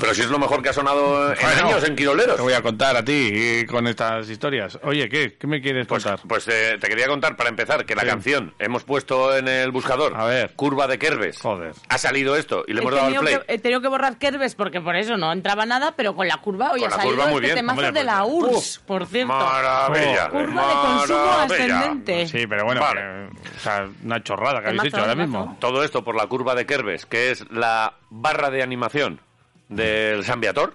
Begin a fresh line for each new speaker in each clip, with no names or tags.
Pero si es lo mejor que ha sonado en
Bueno,
años en Quiroleros.
Te voy a contar a ti eh, con estas historias. Oye, ¿qué, ¿Qué me quieres
Pues,
contar?
pues, eh, te quería contar, para empezar, que la
Sí.
canción hemos puesto en el buscador
A ver.
Curva de Kerbes.
Joder.
Ha salido esto y le hemos
he,
dado el
tenido
play.
que, he tenido que borrar Kerbes porque por eso no entraba nada, pero con la curva hoy
Con la
ha salido
curva muy
este
bien,
temazo
hombre,
de la
pues,
URSS, por cierto.
Maravilla.
Joder.
Curva de consumo
maravilla.
ascendente.
Sí, pero bueno,
Vale.
que, o sea, una chorrada que habéis
Temazo,
hecho ahora
temazo.
mismo.
Todo esto por la curva de Kerbes, que es la barra de animación del San Viator,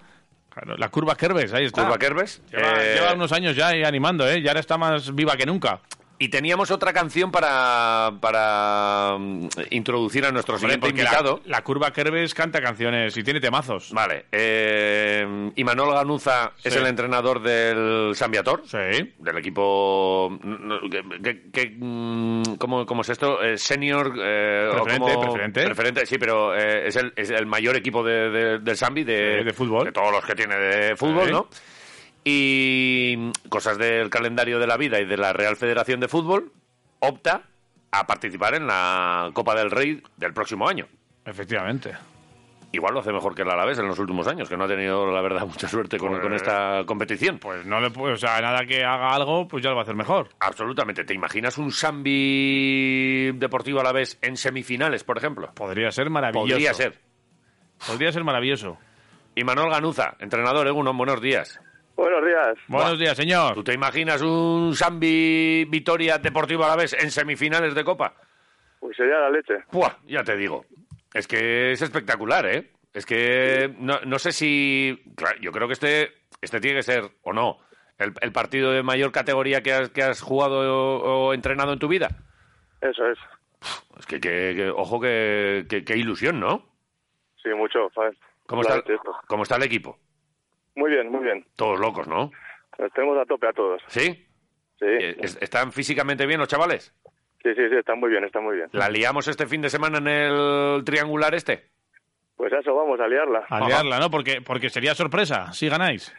Claro, la curva Kerbes, ahí está.
curva Kerbes.
Ah. Lleva,
Eh,
lleva unos años ya y animando, ¿eh? Y ahora está más viva que nunca.
Y teníamos otra canción para, para mm, introducir a nuestro siguiente
porque la-
invitado.
La, curva Kerbes canta canciones y tiene temazos.
Vale. Eh, Imanol Ganuza es
Sí.
el entrenador del San Viator.
Sí.
Del equipo. no, no, que- que- que, mm, ¿cómo, cómo es esto? Eh, senior. eh, o
Preferente,
cómo-
preferente.
sí, pero eh, es, el, es el mayor equipo de- de- del Sambi de,
Sí, de fútbol.
De todos los que tiene de fútbol,
Sí.
¿no? Y mm, cosas del calendario de la vida y de la Real Federación de Fútbol, opta a participar en la Copa del Rey del próximo año.
Efectivamente.
Igual lo hace mejor que el Alavés en los últimos años, que no ha tenido, la verdad, mucha suerte con,
Pues-
con esta competición.
Pues no le puedo, o sea, nada que haga algo, pues ya lo va a hacer mejor.
Absolutamente. ¿Te imaginas un Sambi deportivo a la vez en semifinales, por ejemplo?
Podría ser maravilloso.
Podría ser.
Podría ser maravilloso.
Y Manuel Ganuza, entrenador Egunon, buenos días.
Buenos días.
Buenos días,
¿Tú
señor.
te imaginas un Sambi Vitoria Deportivo a la vez en semifinales de Copa?
Pues sería la leche.
Buah, ya te digo. Es que es espectacular, ¿eh? Es que no, no sé si... claro, yo creo que este, este tiene que ser, o no, el, el partido de mayor categoría que has, que has jugado o, o entrenado en tu vida.
Eso es.
Es que, que- que- ojo, que, que- que ilusión, ¿no?
Sí, mucho. joder.
¿Cómo
La
está,
leche esto.
¿Cómo está el equipo?
Muy bien, muy bien.
Todos locos, ¿no?
Nos tenemos a tope a todos.
¿Sí?
Sí,
¿Es- ¿Están físicamente bien los chavales?
sí, sí, sí, está muy bien, está muy bien.
¿La liamos este fin de semana en el triangular este?
Pues a eso vamos, a liarla.
A liarla, ¿no? Porque, porque sería sorpresa si ganáis.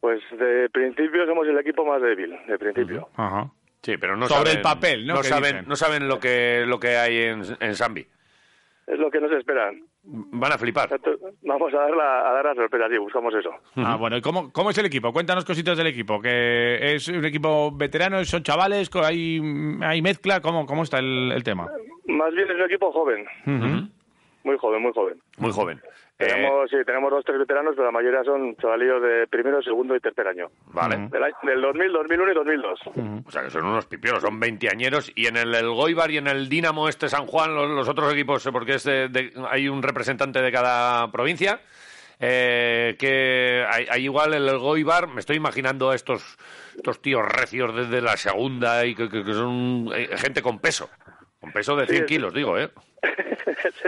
Pues de principio somos el equipo más débil, de principio.
Ajá.
Sí, pero no
Sobre
saben...
el papel, ¿no?
No
Que
saben,
dicen.
no saben lo que, lo que hay en, en Zambi.
Es lo que nos esperan.
Van a flipar.
Tanto- Vamos a dar la, a dar la sorpresa, sí, buscamos eso.
Ah, bueno, ¿y cómo, cómo es el equipo? Cuéntanos cositas del equipo, que es un equipo veterano, son chavales, co- hay, hay mezcla, ¿cómo, cómo está el, el tema?
Más bien es un equipo joven. Muy joven, muy joven.
Muy joven. Eh,
Tenemos, sí, tenemos dos, tres veteranos, pero la mayoría son chavalillos de primero, segundo y tercer año.
vale.
Del, año- del 2000, 2001 y 2002.
O sea, que son unos pipiolos, son veinteañeros. Y en el, el Goibar y en el Dinamo este San Juan, los, los otros equipos, eh, porque es de- de- hay un representante de cada provincia, eh, que hay, hay igual el Goibar, me estoy imaginando a estos, estos tíos recios desde la segunda y que, que- que son eh, gente con peso. Con peso de 100
es-
kilos, digo, ¿eh?
es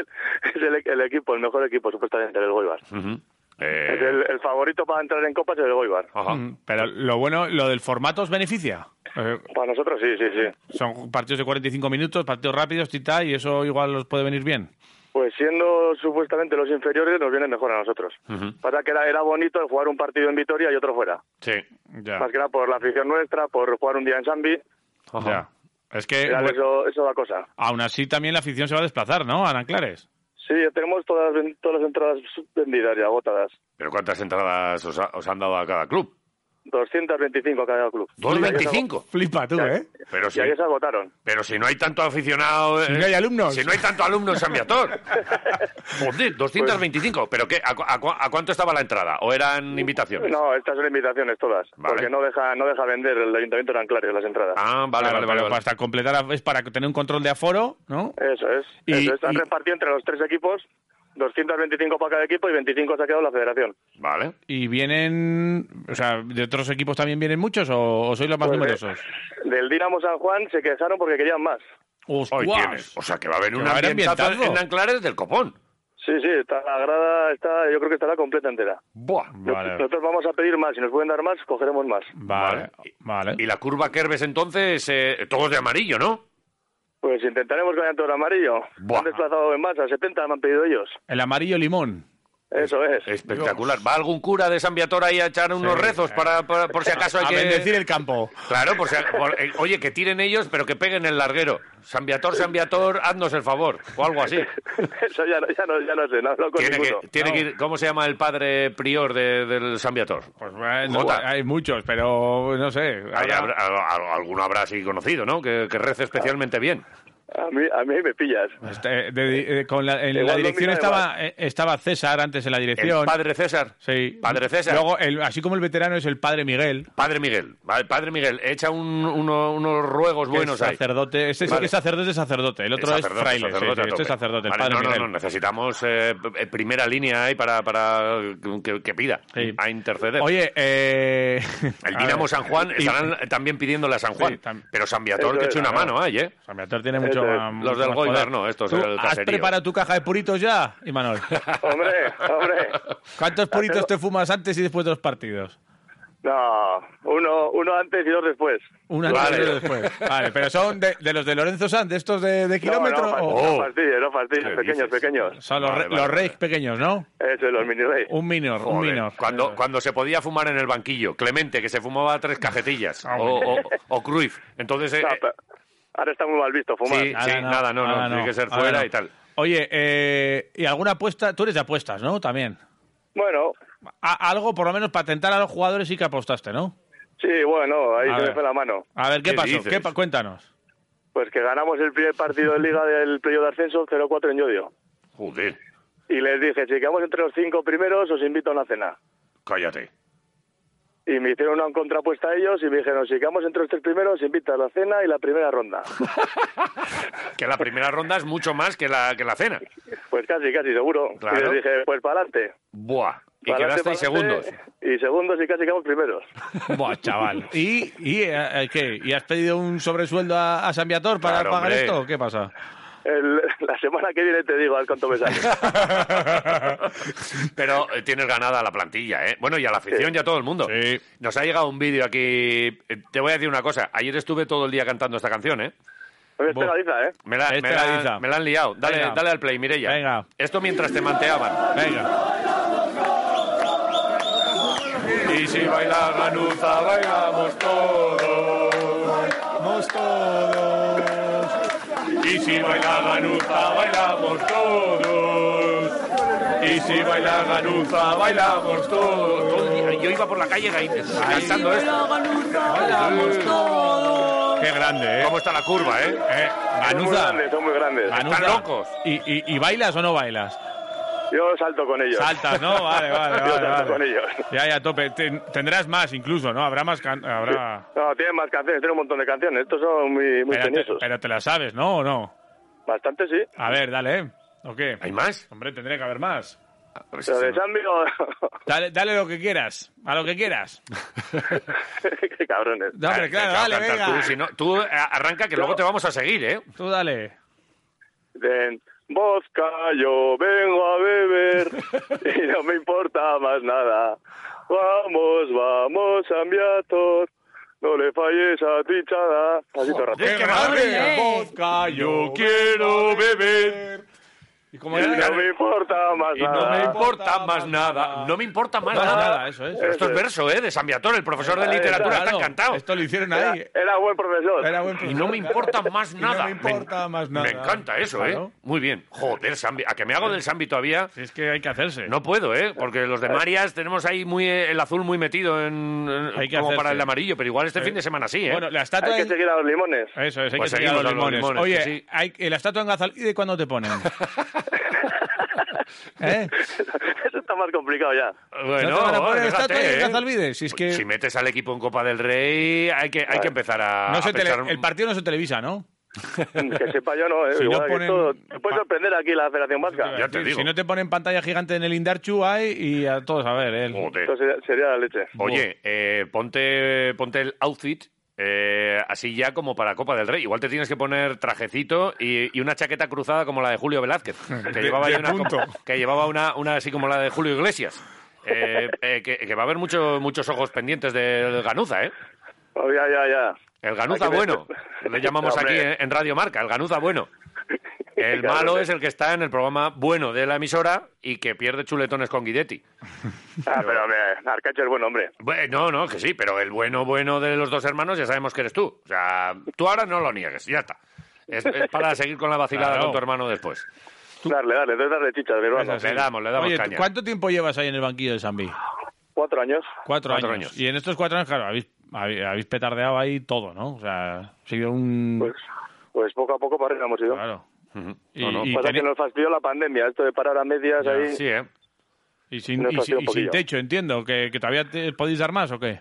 el, es el- el equipo, el mejor equipo supuestamente del Goibar.
Ujú.
Es
Eh,
el, el favorito para entrar en copas es el Goibar.
ajá.
Mm, Pero lo bueno, lo del formato os beneficia. Eh,
Para nosotros sí, sí, sí.
son partidos de 45 minutos, partidos rápidos, tita, y eso igual os puede venir bien.
Pues siendo supuestamente los inferiores nos viene mejor a nosotros.
Ujú.
Pasa que era, era bonito el jugar un partido en Vitoria y otro fuera.
Sí.
Ya,
Más que nada por la afición nuestra, por jugar un día en Zambi.
Eh, Ajá.
ya. Es que,
Era
bueno,
eso, eso la cosa.
aún así también la afición se va a desplazar, ¿no, Ananclares?
Sí, tenemos todas, las ven- todas las entradas vendidas y agotadas.
¿Pero cuántas entradas os, ha- os han dado a cada club?
225 a cada club.
¿225?
Flipa tú, ¿eh?
Pero
Y
si,
ayer se agotaron.
pero si no hay tanto aficionado...
Si
eh,
no hay alumnos.
Si no hay tanto alumno en San Viator. Pues Joder, 225. ¿Pero qué? ¿A, cu- a cu- a cuánto estaba la entrada? ¿O eran invitaciones?
Pues No, estas son invitaciones todas,
Vale.
porque no deja, no deja vender el ayuntamiento de Anclares las entradas.
Ah, vale,
Claro,
vale, vale.
pero
vale.
Hasta completar, a- es para tener un control de aforo, ¿no?
Eso es.
Y-
eso es. Han
y-
repartido entre los tres equipos 225 para cada equipo y 25 se ha quedado la federación.
Vale.
Y vienen, o sea, ¿de otros equipos también vienen muchos o, o sois los más
Pues,
numerosos?
eh, Del Dinamo San Juan se quejaron porque querían más.
Hoy
¡Ostras!
tienes. O sea, que va a haber
Que
un
va a haber
ambientazo,
ambientazo.
en Anclares del copón.
Sí, sí, está la grada, está, yo creo que estará completa entera.
Buah.
Nos-
Vale,
Nosotros vamos a pedir más, si nos pueden dar más, cogeremos más.
vale, vale.
Y la curva Kerbes entonces, eh, todos de amarillo, ¿no?
Pues intentaremos ganar todo el amarillo.
Buah.
Han desplazado en masa, 70 me han pedido ellos.
El amarillo limón.
Eso es.
Espectacular. ¿Va algún cura de San Viator ahí a echar unos
Sí,
rezos
eh.
para, para- por si acaso hay
A
que...
bendecir el campo.
Claro, por si a- por- eh, oye, que tiren ellos, pero que peguen el larguero. San Viator, San Viator, haznos el favor. O algo así.
Eso ya, no- ya, no, ya no sé, no hablo con
Tiene,
ninguno.
que, tiene que ir... ¿Cómo se llama el padre prior de- del San Viator?
Pues bueno,
Jota.
hay muchos, pero no sé.
Hay-
habrá-
habrá- al- alguno habrá así conocido, ¿no? Que, que rece especialmente bien.
A mí, a mí me pillas.
Este, de- eh, con la, en
Igual
la
lo
dirección
mira
estaba, eh, estaba César antes en la
El
dirección.
padre César.
Sí.
Padre César.
Luego, el- así como el veterano es el padre Miguel.
Padre Miguel. Vale, padre Miguel, echa un- uno- unos ruegos
que
buenos
es
ahí.
sacerdote. Este sí
Vale.
que es sacerdote, es sacerdote. El otro
Sacerdote,
es fraile. sí,
sacerdote
sí,
a
este es
tope.
sacerdote, el
Vale,
padre
no,
Miguel.
No, no, necesitamos eh, p- eh, primera línea ahí para, para que, que pida
Sí.
a interceder.
Oye, eh...
el
a
Dinamo
ver,
San Juan
y-
estarán también pidiéndole a San Juan.
Sí, tam-
pero San Viator
Eso
que
es,
eche una
claro.
mano ahí, ¿eh?
San Beatriz tiene mucho
Eso
más-
es.
Los del
más
Goibar
poder.
no, estos
¿Tú
del
¿Has
caserío.
preparado tu caja de puritos ya, Imanol?
Hombre, hombre.
¿Cuántos puritos te fumas antes y después de los partidos?
No, uno, uno antes y dos después.
Una
Vale.
antes y después. Vale, pero son de, de los de Lorenzo Sanz, de estos de, de
No,
kilómetro.
No,
o-
no
Oh.
fastidies, no fastidies,
¿Qué
pequeños,
dices?
pequeños.
Son los,
Vale,
re-
vale,
los
vale.
reyes pequeños, ¿no?
Eso es, los mini rey.
Un minor, un
Joder,
minor.
Cuando, cuando se podía fumar en el banquillo, Clemente, que se fumaba tres cajetillas,
Ah,
o, o, o Cruyff. Entonces, eh,
No, Ah, pero ahora está muy mal visto fumar.
Sí. nada, no, no, tiene que ser
nada,
fuera
no.
y tal.
Oye, eh, ¿y alguna apuesta? Tú eres de apuestas, ¿no? También.
Bueno,
A- algo, por lo menos, para tentar a los jugadores sí que apostaste, ¿no?
sí, bueno, ahí
A
se
ver.
me fue la mano.
A ver, ¿qué,
¿Qué
pasó?
dices?
¿Qué pa- cuéntanos.
Pues que ganamos el primer partido de liga del playoff de ascenso 0-4 en Yodio.
joder,
Y les dije, si quedamos entre los cinco primeros, os invito a una cena.
cállate.
Y me hicieron una contrapuesta a ellos y me dijeron, si quedamos entre los tres primeros, os invito a la cena y la primera ronda.
Que la primera ronda es mucho más que la, que la cena.
Pues casi, casi seguro.
Claro.
Y les dije, pues para adelante.
Buah. Y quedasteis segundos.
Y segundos y casi quedamos primeros.
Buah, chaval. ¿Y, y eh, qué? ¿Y has pedido un sobresueldo a, a San Viator para
Claro,
pagar
hombre.
esto? o ¿Qué pasa?
El- la semana que viene te digo al cuánto me sale.
Pero eh, tienes ganada la plantilla, ¿eh? Bueno, y a la afición y a todo el mundo.
Sí.
Nos ha llegado un vídeo aquí. Eh, Te voy a decir una cosa. Ayer estuve todo el día cantando esta canción, ¿eh?
Oye, es pegadiza, ¿eh.
Me la,
Esta
me la-
Liza.
me la han liado. Dale,
Venga.
dale al play, Mireia.
Venga.
Esto mientras te manteaban.
Venga.
Y si baila ganuza, bailamos todos.
Vamos todos.
Y si baila ganuza, bailamos todos. Y si baila ganuza, bailamos todos. Yo iba por la calle cantando esto.
Qué grande, ¿eh?
¿Cómo está la curva, eh?
Eh,
Son muy
Ganuza,
grandes, son muy grandes.
Ganuza.
Están locos.
¿Y, y, y bailas o no bailas?
Yo salto con ellos.
Saltas, ¿no? Vale, vale,
Yo
vale.
salto
vale.
con ellos.
Ya, ya, tope. Ten- tendrás más incluso, ¿no? Habrá más... can- Habrá...
No, tienen más canciones, tienen un montón de canciones. Estos son muy, muy
Pero te,
teniosos.
pero te la sabes, ¿no? ¿O no?
Bastante sí.
A ver, dale, ¿eh? ¿O qué?
¿Hay más?
Hombre, tendría que haber más.
Pero de San Miguel-
Dale, dale lo que quieras, a lo que quieras.
Qué cabrones.
No, hombre,
Te
claro,
acabo de
dale,
cantar
venga.
Tú, si no- tú, eh, arranca que luego te vamos a seguir, ¿eh?
Tú dale.
Dicen, vodka yo vengo a beber y no me importa más nada. Vamos, vamos, Ambiator, no le falles a tu hinchada. Así todo el rato.
¡Qué grande!
grande!
Vodka, yo
quiero beber.
¿Y como
Y
era-
no me importa más
Y no me
nada.
importa más nada. No me importa más
Más
nada.
Ah. nada, eso es.
Pero Esto es verso, ¿eh? De San Viator, el profesor de literatura. Está
Claro,
encantado.
Esto lo hicieron
Era,
ahí.
era buen profesor.
Era buen
Y no me importa más
Y no
nada.
me importa más nada.
Me encanta eso,
Claro.
¿eh? Muy bien. Joder, Sambi. A que me hago del Sambi todavía.
Si es que hay que hacerse.
No puedo, ¿eh? Porque los de Marias tenemos ahí muy eh, el azul muy metido en, en-
Hay que
como para
hacerse.
el amarillo, pero igual este fin de semana sí, ¿eh?
Bueno, la estatua.
Hay que
en-
seguir a los limones.
Eso es, hay
Pues
que seguir a los
seguimos
limones.
a los limones,
Oye,
que sí.
hay- eh, la estatua en Gazal, ¿y de cuándo te ponen? ¿Eh?
Eso está más complicado ya.
Bueno,
¿No te van a poner
fíjate,
estatua en
¿eh?
Cazalvide? Si es que-
Si metes al equipo en Copa del Rey, hay que, hay que empezar a.
No
a
se tele-
pensar-
El partido no se televisa, ¿no?
Que sepa yo no, eh.
Si no
Igual que
ponen-
esto- te puede sorprender aquí la Federación Vasca.
Ya te
Si-
digo.
Si no te ponen pantalla gigante en el Indarchu, hay y a todos a ver. el-
Joder.
Esto sería, sería la leche.
Oye, eh, ponte, ponte el outfit. eh, así ya como para Copa del Rey. Igual te tienes que poner trajecito y, y una chaqueta cruzada como la de Julio Velázquez. Que
De-
llevaba, ahí
de
una, como-
punto.
que llevaba una, una así como la de Julio Iglesias. Eh, eh, que, que va a haber mucho- muchos ojos pendientes del Ganuza, ¿eh?
Oh, ya, ya, ya.
El Ganuza
Aquí me-
bueno. Le llamamos aquí
Hombre.
eh, en Radio Marca, el Ganuza bueno. El
Claro,
malo
hombre.
es el que está en el programa bueno de la emisora y que pierde chuletones con Guidetti.
Ah, pero hombre, Arcacho es buen hombre.
Bueno, no, que sí, pero el bueno, bueno de los dos hermanos ya sabemos que eres tú. O sea, tú ahora no lo niegues, ya está. Es, es para seguir con la vacilada
Claro.
con tu hermano después.
Darle, darle, entonces darle chicha, mi hermano.
Le damos, le damos
Oye, ¿tú
caña.
¿cuánto tiempo llevas ahí en el banquillo de Sambi?
Cuatro años.
Cuatro,
Cuatro
años.
años.
Y en estos cuatro años, claro, habéis, habéis, habéis petardeado ahí todo, ¿no? O sea, ha sido un...
Pues, pues poco a poco para arriba hemos ido.
claro.
Ujú.
Y,
No, no.
y
Pasa
tenéis-
que nos fastidió la pandemia, esto de parar a medias pues ahí.
Sí, ¿eh?
y sin,
nos
y
ha
sin-
sido un
y sin
poquillo.
techo, entiendo. ¿Que, que todavía te- podéis dar más o qué?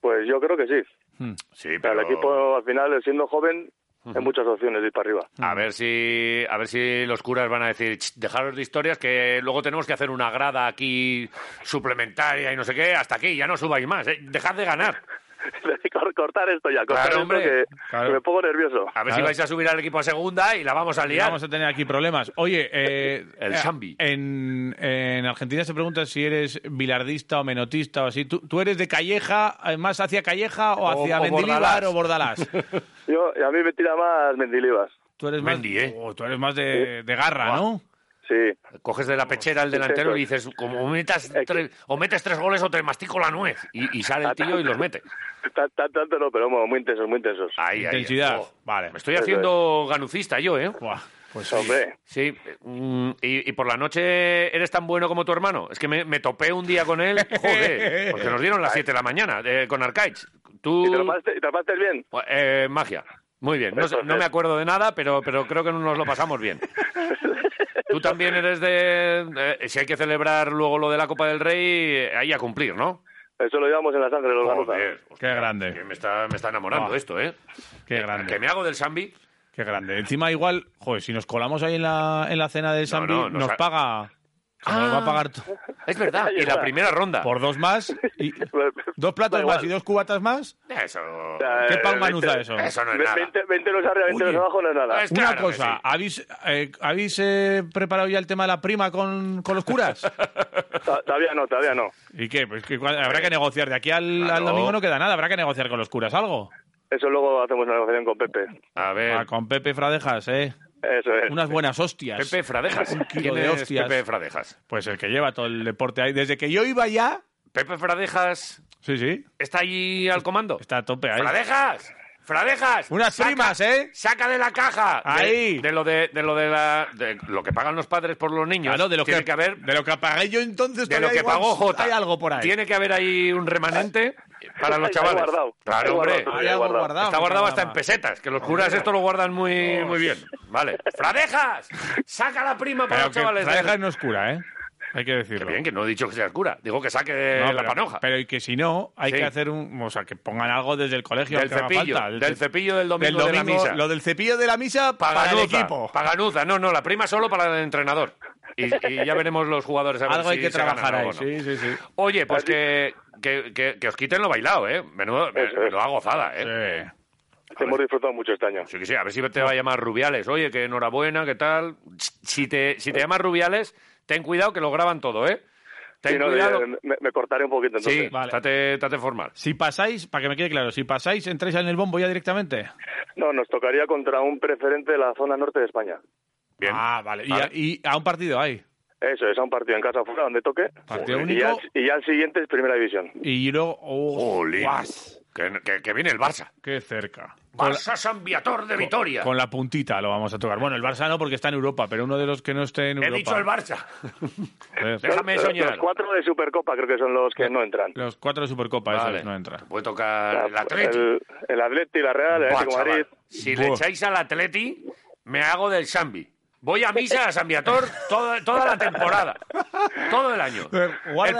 Pues yo creo que sí.
Sí,
Pero...
pero...
El equipo, al final, siendo joven, hay muchas opciones de ir para arriba.
Mm.
A ver si, a ver si los curas van a decir, "Ch, dejaros de historias, que luego tenemos que hacer una grada aquí suplementaria y no sé qué, hasta aquí, ya no subáis más, ¿eh? dejad de ganar.
Cor- Cortar esto ya, cortar
Claro,
esto
hombre,
que,
claro.
que me pongo nervioso.
A ver si
Claro.
vais a subir al equipo a segunda y la vamos a
Y
liar.
vamos a tener aquí problemas. Oye, eh,
El
eh,
Sambi.
En, en Argentina se pregunta si eres bilardista o menotista o así. ¿Tú, tú eres de Calleja, eh, más hacia Calleja o
O-
hacia
o
Mendilibar
Bordalás.
o Bordalás?
Yo, a mí me tira más Mendilivas.
Tú eres más,
Mendy, ¿eh?
oh, tú eres más de, de garra, ¿no?
Sí.
Coges de la pechera al delantero y dices, como metas tres, o metes tres goles o te mastico la nuez. Y, y sale el tío y los mete.
Ta- ta- Tanto no, pero bueno, muy intensos, muy intensos.
Ah,
Ahí, ahí.
Intensidad.
Oh,
Vale.
Me estoy haciendo ganucista yo, ¿eh?
Buah, pues sí.
Hombre,
Sí, mm, y, y por la noche eres tan bueno como tu hermano. Es que me, me topé un día con él, joder, porque nos dieron las 7 de la mañana eh, con Arcaich. Tú,
¿y te lo pasaste, y te lo pasaste bien?
eh, magia. Muy bien. No, sé- no me acuerdo de nada, pero, pero creo que nos lo pasamos bien. Tú también eres de... eh, si hay que celebrar luego lo de la Copa del Rey, eh, ahí a cumplir, ¿no?
Eso lo llevamos en la sangre, los ganutas.
Joder,
Qué grande.
que me está, me está enamorando
Ah.
esto, ¿eh?
Qué
Que
grande.
me hago del Sambi.
Qué grande. Encima igual, joder, si nos colamos ahí en la, en la cena del Sambi,
no, nos
nos
ha-
paga... se Nos
Ah.
va a pagar to-
Es verdad. Y la primera ronda.
por dos más, y dos platos
Da
más
igual.
y dos cubatas más.
Eso...
¿Qué
Eh,
pan manuza
20,
eso?
Eso no es nada.
20, 20 euros arriba, 20 euros
Oye.
abajo no es nada.
Es
Una
Claro que
cosa,
sí.
¿habéis, eh, ¿habéis eh, preparado ya el tema de la prima con, con los curas?
Ta- Todavía no, todavía no.
¿Y qué? Pues que cua- habrá que negociar. De aquí al, al
Claro.
domingo no queda nada, habrá que negociar con los curas algo.
Eso luego hacemos una negociación con Pepe.
A ver...
Ah, con Pepe Fradejas, ¿eh?
Eso es.
Unas buenas hostias.
Pepe Fradejas.
Un kilo
¿Quién
de
es
hostias.
Pepe Fradejas?
Pues el que lleva todo el deporte ahí. Desde que yo iba ya.
Pepe Fradejas
Sí, sí.
está allí al comando.
Está a tope ahí.
¡Fradejas! ¡Fradejas!
Unas primas, ¿eh?
¡Saca de la caja! De-
Ahí.
De, lo de, de lo de la... de lo que pagan los padres por los niños.
Claro, de lo
tiene
que,
que, haber...
de lo que apagué yo entonces.
De lo
todavía
que
igual
pagó Jota.
Hay algo por ahí.
Tiene que haber ahí un remanente para los
Ahí
chavales.
guardado.
Claro,
Ahí
hombre.
guardado.
Hay algo
guardado.
guardado.
Está
me
guardado hasta en
acordaba.
pesetas, que los curas esto lo guardan muy, muy bien. Vale. ¡Fradejas! ¡Saca la prima para
Pero
los
que
chavales!
Fradejas no es cura, ¿eh? Hay que decirlo.
Que bien, que no he dicho que sea el cura. Digo que saque de
No,
la
pero-
panoja.
Pero y que si no, hay
Sí.
que hacer un. O sea, que pongan algo desde el colegio.
del
que haga
cepillo.
falta.
Del
ce-
cepillo del domingo,
del
de la misa.
Lo del cepillo de la misa para, el
Paganuza,
equipo.
Paganuza. No, no, la prima solo para el entrenador. Y, y ya veremos los jugadores a ver
algo hay
si
que
se ganan
trabajar
algo
ahí.
o no.
Sí, sí, sí.
Oye, pues que, que, que- que os quiten lo bailado, ¿eh? Menudo, me-
Eso es.
menuda gozada, ¿eh?
Eh,
Hemos disfrutado mucho este año.
Sí, que sí, a ver si te va a llamar Rubiales. Oye, que enhorabuena, ¿qué tal? Si te, si te llamas Rubiales, ten cuidado que lo graban todo, ¿eh? Ten
Sí, no,
cuidado.
eh, me, me cortaré un poquito
Sí,
entonces.
Vale.
tate, tate formal.
Si pasáis, para que me quede claro, si pasáis, entráis en el bombo ya directamente.
No, nos tocaría contra un preferente de la zona norte de España.
Bien.
Ah, vale. Y,
Vale.
a, y a un partido hay.
Eso es, a un partido en casa fuera, donde toque.
Partido
Joder.
Y ya,
único.
y ya el siguiente es Primera División.
Y luego. oh,
Jolín.
guas,
Que, que- que viene el Barça.
¡Qué cerca! Con la,
Barça San Viator de Vitoria.
con la puntita lo vamos a tocar. Bueno, el Barça no, porque está en Europa, pero uno de los que no esté en
He
Europa.
dicho el Barça.
Joder.
Déjame
Los-
soñar.
Los cuatro de Supercopa creo que son los que no entran. Ah,
Los cuatro de Supercopa,
Vale.
esos no entra.
Puede tocar el Atleti.
pues, el, el Atleti, la Real, el
Buah,
Atlético de
chaval,
Madrid.
Si le
Buah.
echáis al Atleti, me hago del Sambi. Voy a misa a San Viator toda, toda la temporada. Todo el año. el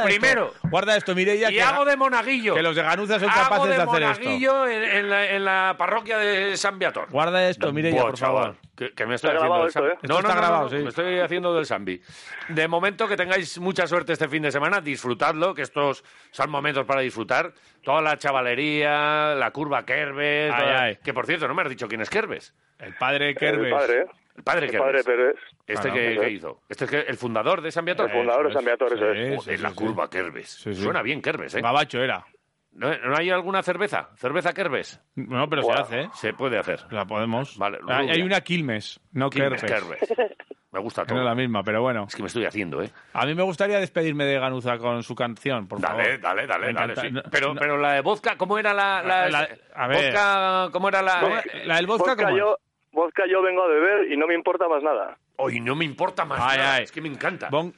primero.
Esto, guarda esto, Mireia.
Y hago de monaguillo.
que los de Ganuza son
Hago de
capaces de hacer esto.
monaguillo En, en la, en la parroquia de San Viator.
Guarda esto, Mireia,
Buah,
por
chaval,
favor.
Que, que me estoy
Está
haciendo
grabado
del
esto,
Sambi.
¿eh?
Esto está grabado, sí.
Me estoy haciendo del Sambi. De momento, que tengáis mucha suerte este fin de semana. Disfrutadlo, que estos son momentos para disfrutar. Toda la chavalería, la curva Kerbes.
Ay,
toda-
ay.
Que, por cierto, no me has dicho quién es Kerbes.
El padre
El
Kerbes.
padre, ¿eh?
El padre
El
Kerbes.
padre, pero es
Este
Ah, no,
que,
eso
que
es.
hizo. Este es que- el fundador de San Viator.
El fundador de San Viator, eso
Sí,
es.
Joder,
sí,
la
sí,
curva Kerbes.
Sí, sí.
Suena bien Kerbes,
sí.
¿eh?
Gabacho era.
¿No, no hay alguna cerveza? ¿Cerveza Kerbes?
No, pero
Guau.
se hace, ¿eh?
Se puede hacer.
La podemos. Ah,
Vale,
hay,
rubia.
hay una Quilmes, no
Quilmes,
Kerbes.
Kerbes. Me gusta
Que No es la
todo.
misma, pero bueno.
Es que me estoy haciendo, ¿eh?
A mí me gustaría despedirme de Ganuza con su canción, por
Dale,
favor.
dale, dale,
Me
dale.
encanta.
sí.
No,
Pero,
no.
pero la de vodka, ¿cómo era la. la-
La- a ver.
Vodka, ¿Cómo era la.?
¿Cómo-
eh?
la del vodka,
Vodka
¿cómo es?
yo, vodka yo vengo a beber y no me importa más nada.
Hoy no me importa más.
Ay,
nada,
ay.
Es que me encanta.
Bon-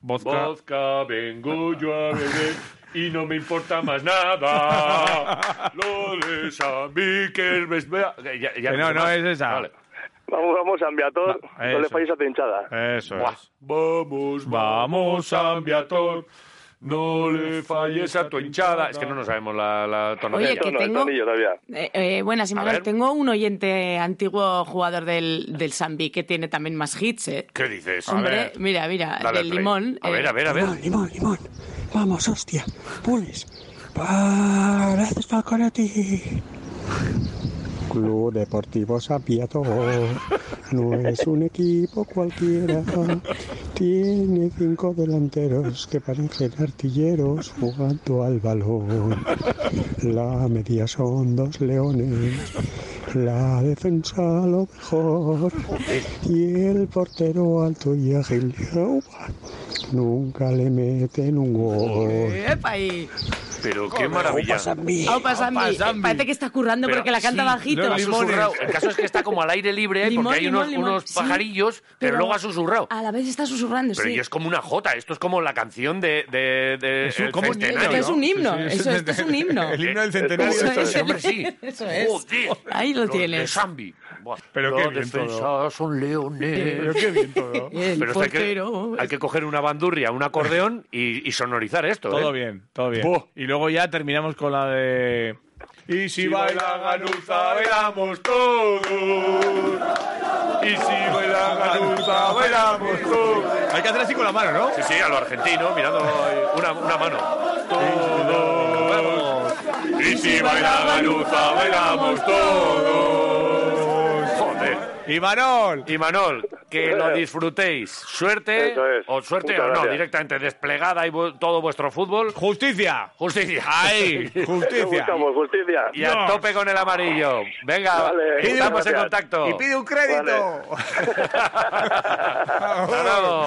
vodka.
Vodka, vengo yo a beber y no me importa más nada. Lo de San Miquel, ves- vea- Ya- ya
Que
no
no,
sé
no
más.
es esa.
Vale.
Vamos, vamos, San Viator,
Va,
no le
eso. Eh,
falléis a tu hinchada.
Eso
Buah.
es.
Vamos, vamos, Ambiator. No le falles a tu hinchada. Es que no nos sabemos la, la tonalidad.
Oye,
Esto
que
no,
tengo-
esto ni yo todavía.
Eh, eh, buenas,
ver.
Imanol. Tengo un oyente antiguo jugador del, del Sambi que tiene también más hits, ¿eh?
¿Qué dices?
Hombre, mira, mira,
Dale
del
play.
limón.
A
eh,
ver, a ver, a ver.
Limón, limón, limón. Vamos, hostia. Pules. Va, Gracias, Falconetti. Club Deportivo Sapiato no es un equipo cualquiera. Tiene cinco delanteros que parecen artilleros jugando al balón. La media son dos leones. La defensa lo mejor. Y el portero alto y ágil. Upa. Nunca le meten un gol.
¡Epa ahí!
Pero qué maravilla.
¡Aupa, Sambi!
Aupa,
Eh,
Sambi.
Parece que está currando
Pero
porque la canta
sí,
bajito.
no,
Ha
Limones.
susurrado. El caso es que está como al aire libre, ¿eh?
Limón,
porque hay
limón,
unos,
limón.
unos
Sí,
pajarillos, pero, luego ha susurrado.
A la vez está susurrando,
Pero
sí.
yo es como una jota, esto es como la canción de, de, de-
Es un-
el
como un
Es
centenario.
que es un himno,
Sí, sí,
eso, esto es un himno.
El himno del
centenario.
Eso
Eso
es.
hombre, sí.
Eso es.
Joder,
Ahí lo
los De
tienes.
Zambi. Buah,
Pero
los
qué bien
defensas
todo.
son leones.
Pero qué bien todo.
El
Pero esto hay, que,
portero.
hay que coger una bandurria, un acordeón y, y sonorizar esto.
Todo
¿eh?
bien, todo bien.
Buah.
Y luego ya terminamos con la de. Y si baila Ganuza, bailamos todos. Y si baila Ganuza, bailamos todos. Hay que hacer así con la mano, ¿no?
Sí, sí, a lo argentino, mirando ahí, una, una mano. Todos. Y si baila ganuza, bailamos todos. Joder.
Y Manol.
Y Manol, que lo disfrutéis. Suerte,
Eso es.
o suerte
Muchas
o no,
gracias.
directamente desplegada y vu- todo vuestro fútbol.
Justicia.
Justicia.
Ahí,
Nos
justicia.
buscamos justicia.
Y a
Dios.
tope con el amarillo. Venga,
Vale,
estamos en
gracias.
contacto.
Y pide un crédito.
Hasta luego.